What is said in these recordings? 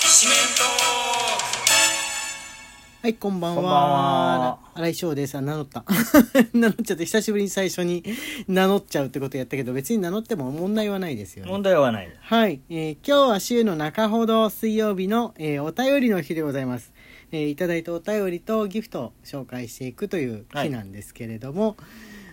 シメントはい、こんばんは。こんばんは荒井翔です。あ、名乗った。 名乗っちゃって、久しぶりに最初に名乗っちゃうってことやったけど、別に名乗っても問題はないですよね、問題はないはい、えー今日は週の中ほど水曜日の、えーお便りの日でございます、えーいただいたお便りとギフトを紹介していくというは日いなんですけれども、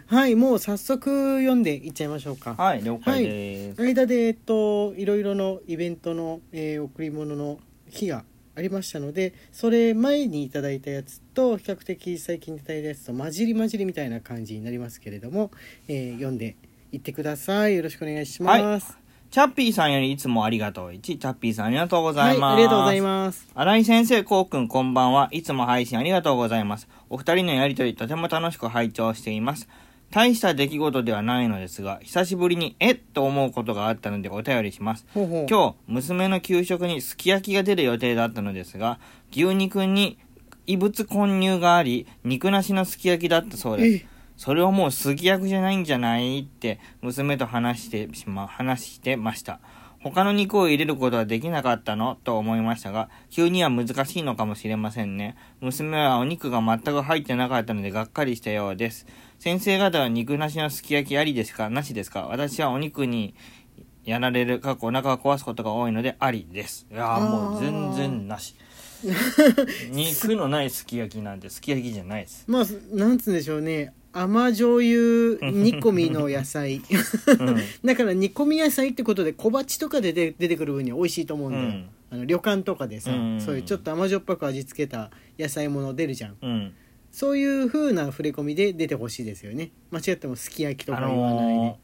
はい、もう早速読んでいっちゃいましょうか。はい了は解いです、間で、えっと、いろいろのイベントの、えー贈り物の日がありましたのでそれ前にいただいたやつと比較的最近いただいたやつと混じり混じりみたいな感じになりますけれども、えー読んでいってくださいよろしくお願いします、チャッピーさんよりいつもありがとう1チャッピーさんありがとうござはいい、ます、ありがとうございます。新井先生、こうくん、こんばんは。いつも配信ありがとうございます。お二人のやりとり、とても楽しく拝聴しています。大した出来事ではないのですが、久しぶりに、えっと思うことがあったのでお便りします。ほうほう今日、娘の給食にすき焼きが出る予定だったのですが、牛肉に異物混入があり、肉なしのすき焼きだったそうですえ。それはもうすき焼きじゃないんじゃないって娘と話してしま、話してました。他の肉を入れることはできなかったのと思いましたが、急には難しいのかもしれませんね。娘はお肉が全く入ってなかったのでがっかりしたようです。先生方は肉なしのすき焼きありですかなしですか私はお肉にやられる、過去お腹を壊すことが多いのでありです。いやあーーもう全然 なし。肉のないすき焼きなんてすき焼きじゃないです。まあ、なんつうんでしょうね。甘醤油煮込みの野菜。うん だから煮込み野菜ってことで小鉢とかでで出てくる分には美味しいと思うんだよ。うんあの旅館とかでさ、うんそういうちょっと甘じょっぱく味付けた野菜もの出るじゃん。うん。そういう風な触れ込みで出てほしいですよね。間違ってもすき焼きとあか言わないの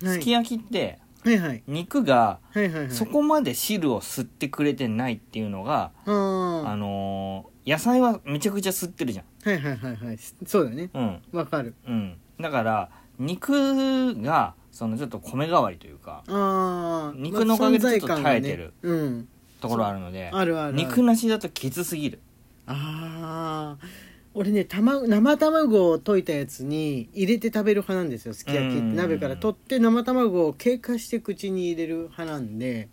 で。ー、すき焼きってはいはい肉がはいはいはいはい。そこまで汁を吸ってくれてないっていうのが、あーあのー、野菜はめちゃくちゃ吸ってるじゃん。はいはいはいはい。そうだね。うん。わかる。うん。だから、肉が、そのちょっと米代わりというか、ああ。肉のおかげでちょっと耐えてるまあ存在感がねうん。ところあるので、あるあるある肉なしだときつすぎる。ああ俺ね卵生卵を溶いたやつに入れて食べる派なんですよすき焼きってうん鍋から取って生卵を経過して口に入れる派なんで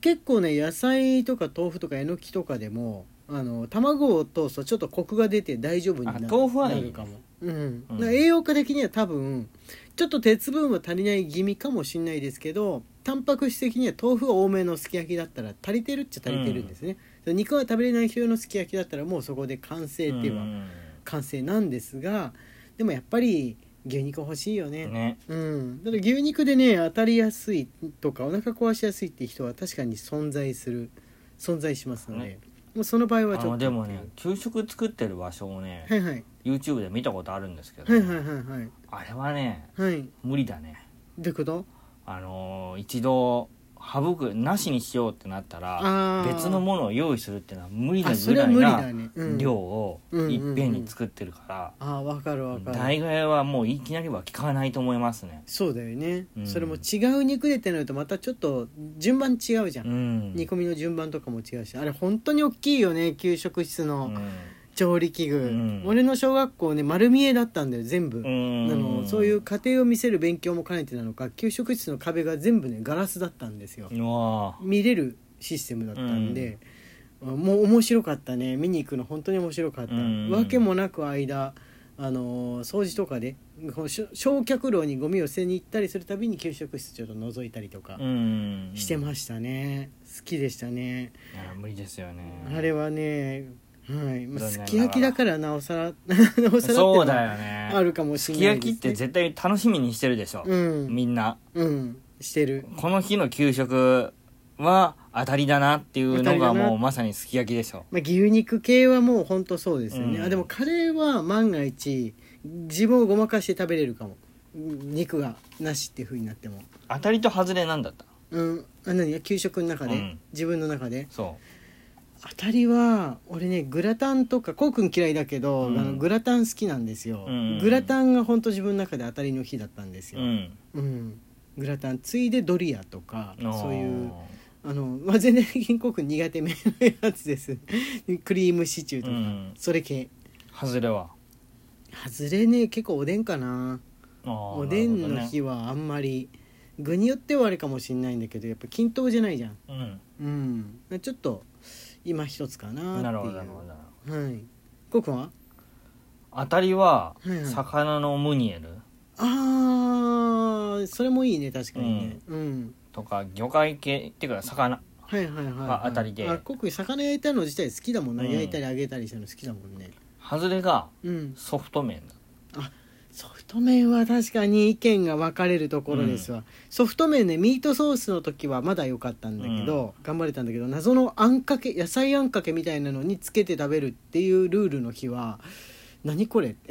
結構ね野菜とか豆腐とかえのきとかでもあの卵を通すとちょっとコクが出て大丈夫になるあ豆腐はいいねなるかも、うんうんだから栄養価的には多分ちょっと鉄分は足りない気味かもしれないですけどタンパク質的には豆腐は多めのすき焼きだったら足りてるっちゃ足りてるんですね、肉は食べれない人のすき焼きだったらもうそこで完成っていうのうはん完成なんですがでもやっぱり牛肉欲しいよねね。うんだから牛肉でね当たりやすいとかお腹壊しやすいって人は確かに存在する存在しますので、ねもうその場合はちょっあとのでもっねて給食作ってる場所をねいうはいはい YouTube で見たことあるんですけど、はいはいはいはいあれはねはい無理だねどういうことあのー一度省くなしにしようってなったあらー別のものを用意するっていうのは無理なあそぐれはらい無理だなね、うん、量をうんいっぺんに作ってるかああわかるわからる大概はもういきなりは効かないと思いますねそうだよね、うんそれも違う肉でってなるとまたちょっと順番違うじゃん、うん煮込みの順番とかも違うしあれ本当に大きいよね給食室うのん調理器具、ん俺の小学校ね丸見えだったんだよ全部、うんあのそういう家庭を見せる勉強も兼ねてなのか給食室の壁が全部ねガラスだったんですようわ見れるシステムだったんで、もう面白かったね見に行くの本当に面白かった、うんわけもなく間あのー掃除とかでこうしょ焼却炉にゴミを捨てに行ったりするたびに給食室ちょっと覗いたりとかうんしてすましたね、好きでしたね、無理ですよねあれはねはい、まあ、残念ながすらき焼きだから なおさらなおさらってのそうだはよねあるかもしすれきない焼できっす、ね、て絶対楽しみにしてるでしょ、うんみんなうんしてるこの日の給食は当たりだなっていうの当たがりだなもうまさにすき焼きでしょまあ、牛肉系はもうほんとそうですよね、うんあでもカレーは万が一自分をごまかして食べれるかもうん肉がなしっていうふうになっても当たりと外れなんだったうんあ何給食の中で、うん自分の中でそ当たりは俺ねグラタンとかこうくん嫌いだけど、うんあのグラタン好きなんですよ、うんグラタンがほんと自分の中で当たりの日だったんですうよ、んうんグラタンついでドリアとかあーそういうあの、まあ、全然銀行君苦手めのやつです クリームシチューとか、うんそれ系外れは外れね結構おでんかなおでんの日ははあんまり具によってはあれかもしれないんだけどやっぱ均等じゃないじゃんうんうんちょっと今一つかなっていうなるほどなるほどなるほどはいコウ君は当たりははいはい魚のムニエルあーそれもいいね確かにねうん、とか魚介系っていうか魚はいはいはい、はがい、当たりであコウ君魚焼いたの自体好きだもんな、うん焼いたり揚げたりしたの好きだもんね外れがうんソフト麺だソフト麺は確かに意見が分かれるところですわ、ソフト麺ねミートソースの時はまだ良かったんだけど、頑張れたんだけど謎のあんかけ野菜あんかけみたいなのにつけて食べるっていうルールの日は何これ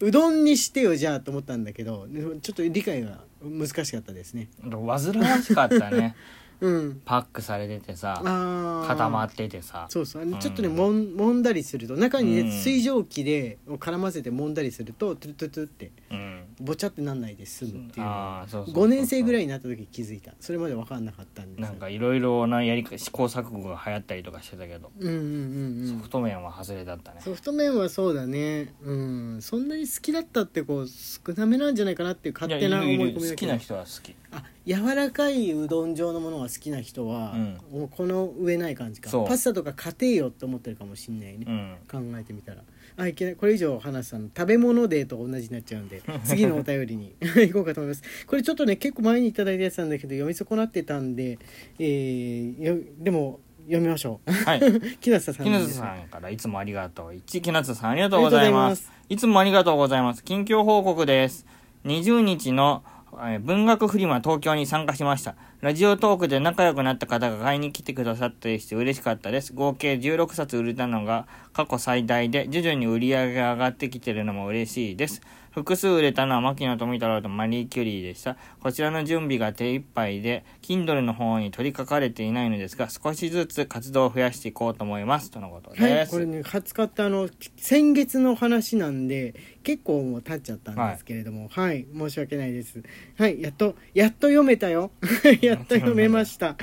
うどんにしてよじゃあと思ったんだけどでもちょっと理解が難しかったですねうん煩わしかった ねうんパックされててさあー固まっててさそうそうあのうんちょっとねもんもんだりすると中にうんね水蒸気でを絡ませてもんだりするとトゥルトゥルトゥルってうんぼちゃってなんないで済むっていうのがああそうそうそう5年生ぐらいになった時気づいたそれまで分かんなかったんですなんかいろいろなやりか試行錯誤が流行ったりとかしてたけどうんうんうんうソんフト麺は外れだったねソフト麺はそうだねうんそんなに好きだったってこう少なめなんじゃないかなっていう勝手な思いいやいる込いみるだ好きけなど人は好 きあ柔らかいうどん状のものが好きな人は、もうこの上ない感じかそうパスタとか家庭よって思ってるかもしんないね、うん考えてみたらあいけないこれ以上話したの食べ物デーと同じになっちゃうんで次のお便りに 行こうかと思いますこれちょっとね結構前にいただいたやつなんだけど読み損なってたんで、えーよでも読みましょう はい木下さん木の夏ですさんからいつもありがとう。一木夏さんありがとうございます。いつもありがとうございます。近況報告です。20日のえー文学フリマ東京に参加しました。ラジオトークで仲良くなった方が買いに来てくださったりして嬉しかったです。合計16冊売れたのが過去最大で、徐々に売り上げが上がってきてるのも嬉しいです。複数売れたのは牧野富太郎とマリー・キュリーでした。こちらの準備が手一杯で、Kindle の方に取り掛かれていないのですが、少しずつ活動を増やしていこうと思います。とのことはでい、す。これね20日ってあの先月の話なんで結構もう経っちゃったんですけれどもはい、申し訳ないですはいやっとやっと読めたよ やっと読めました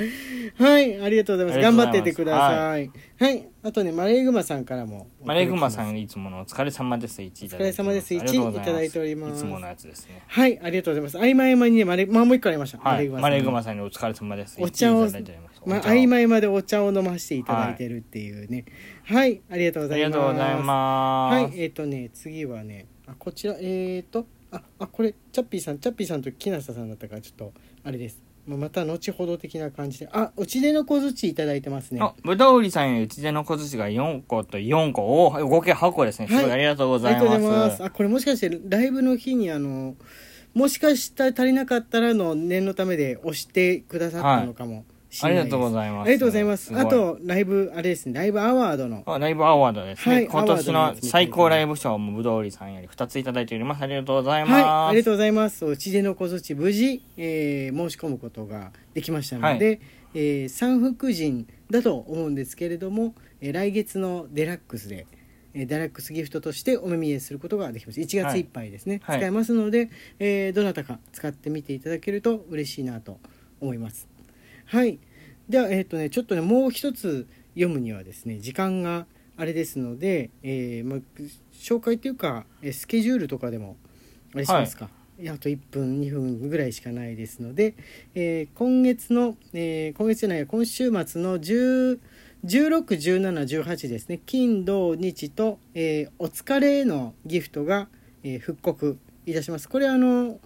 はいありがとうございますあり頑が張っとてうございますてくださいはい、あとねマレーグマさんからもマレーグマさんんいつものお疲れ様です1いただいてお疲れ様ですありがとうございただいておりますいつものやつですねはいありがとうございます合間合間にねマレー、まあ、もう一個ありました、はいマレーグマさんさんにお疲れ様ですお茶を1いただいておりますまおあ、茶を合間合間でお茶を飲ませていただいてるっていうねはい、ありがとうごあざりいがますとうございます、はい、えっ、とね、次はね、あ、こちら、えっ、と、あ、あ、これ、チャッピーさん、チャッピーさんと木下さんだったから、ちょっと、あれです。まあまた後ほど的な感じで、あ、うちでの小槌いただいてますね。あ、ぶどうりさんよりうちでの小寿司が4個と4個、おお、合計8個ですね。すごい、はいありがとうございあます。りがとうございます。あ、これもしかして、ライブの日に、あの。もしかしたら足りなかったらの念のためで押してくださったのかもしあれりないです、がとうございます。ありがとうございます。ごあと、ライブ、あれですね、ライブアワードの。あライブアワードですね。はい今年アワードののやつ最高ライブ賞もぶどうりさんより2ついただいております。ありがとうございます。はい、ありがとうございます。うちでの小づち無事、えー申し込むことができましたので、はえー産婦人だと思うんですけれども、えー来月のデラックスで、えーデラックスギフトとしてお目見えすることができました。1は月いいっぱいですね、はい使えますので、えーどなたか使ってみていただけると嬉しいなと思います。はい。では、えっ、とね、ちょっとね、もう一つ読むにはですね、時間があれですので、えーまあ、紹介というか、えースケジュールとかでも、あれしますか。いやあと1分2分ぐらいしかないですので、えー今月の、えー今月じゃない今週末の10 161718ですね金土日と、えーお疲れのギフトが、えー復刻いたしますこれあの、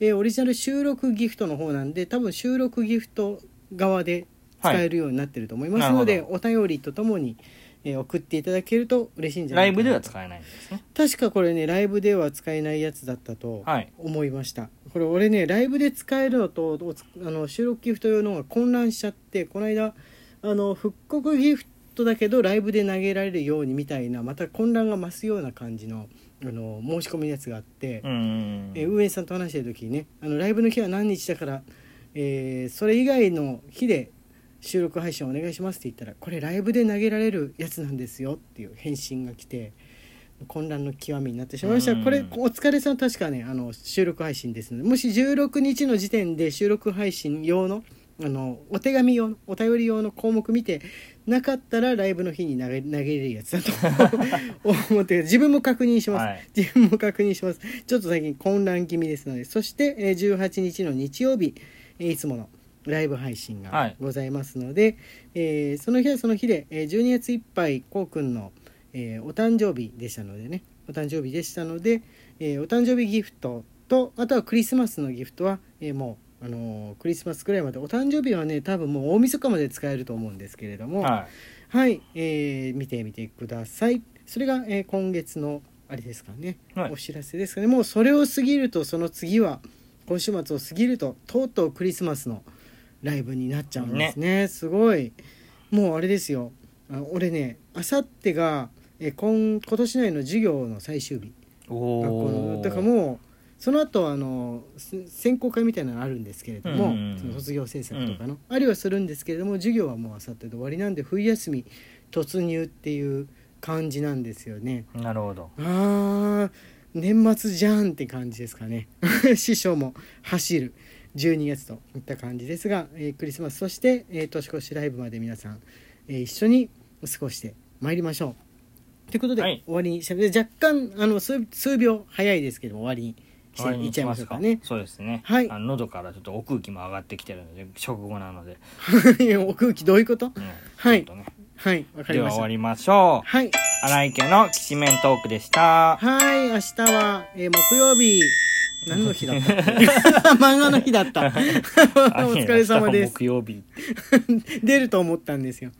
えーオリジナル収録ギフトの方なんで多分収録ギフト側で使えるようになってると思いますのなで、るお便りとともに、えー送っていただけると嬉しいんじゃなラいイかなブでは使えないんですね。確かこれねライブでは使えないやつだったとはい思いました、これ俺ねライブで使えるのとおつあの収録ギフト用のが混乱しちゃってこの間あの復刻ギフトだけどライブで投げられるようにみたいなまた混乱が増すような感じのあの申し込みのやつがあって、うん。えー運営さんと話してる時にねあのライブの日は何日だから、えーそれ以外の日で収録配信お願いしますって言ったらこれライブで投げられるやつなんですよっていう返信が来て混乱の極みになってしまいましたうんこれお疲れさん確かねあの収録配信ですのでもし16日の時点で収録配信用のあのお手紙用のお便り用の項目見てなかったらライブの日に投げ投げ入れるやつだと 思って自分も確認します、はい自分も確認しますちょっと最近混乱気味ですのでそしてえー18日の日曜日えーいつものライブ配信はがいございますので、えーその日はその日で、えー12月いっぱいこうくんの、えーお誕生日でしたのでねお誕生日でしたので、えーお誕生日ギフトとあとはクリスマスのギフトは、えーもう、あのークリスマスくらいまでお誕生日はね多分もう大晦日まで使えると思うんですけれども、ははい、えー見てみてください。それが、えー今月のあれですかね、はいお知らせですかね。もうそれを過ぎるとその次は今週末を過ぎるととうとうクリスマスのライブになっちゃうんですね。すごい。もうあれですよ。あ俺ね、あさってが、えー今今年内の授業の最終日。い。お学校のだからもうその後あのす選考会みたいなのあるんですけれども、うんうんうんその卒業制作とかの、あるいはするんですけれども授業はもうあさってで終わりなんで冬休み突入っていう感じなんですよね。う。なるほど。あー年末じゃんって感じですかね 師匠も走る12月といった感じですが、えークリスマスそして、えー年越しライブまで皆さん、えー一緒に過ごしてまいりましょうということで、はい終わりにしゃべ若干あの数数秒早いですけども終わりにして終わりいっにちゃしいまましょすうかねそうですね。はいあの喉からちょっとお空気も上がってきてるので、食後なので。 お空気どういうことうんはいちょっとねはいわかりでまはし終たわりましょう。はい荒井家のきしめんトークでした。はい、明日は、えー木曜 日、何の日だった 漫画 の日だった。お疲れ様で明日も木曜日。 す。出ると思ったんですよ。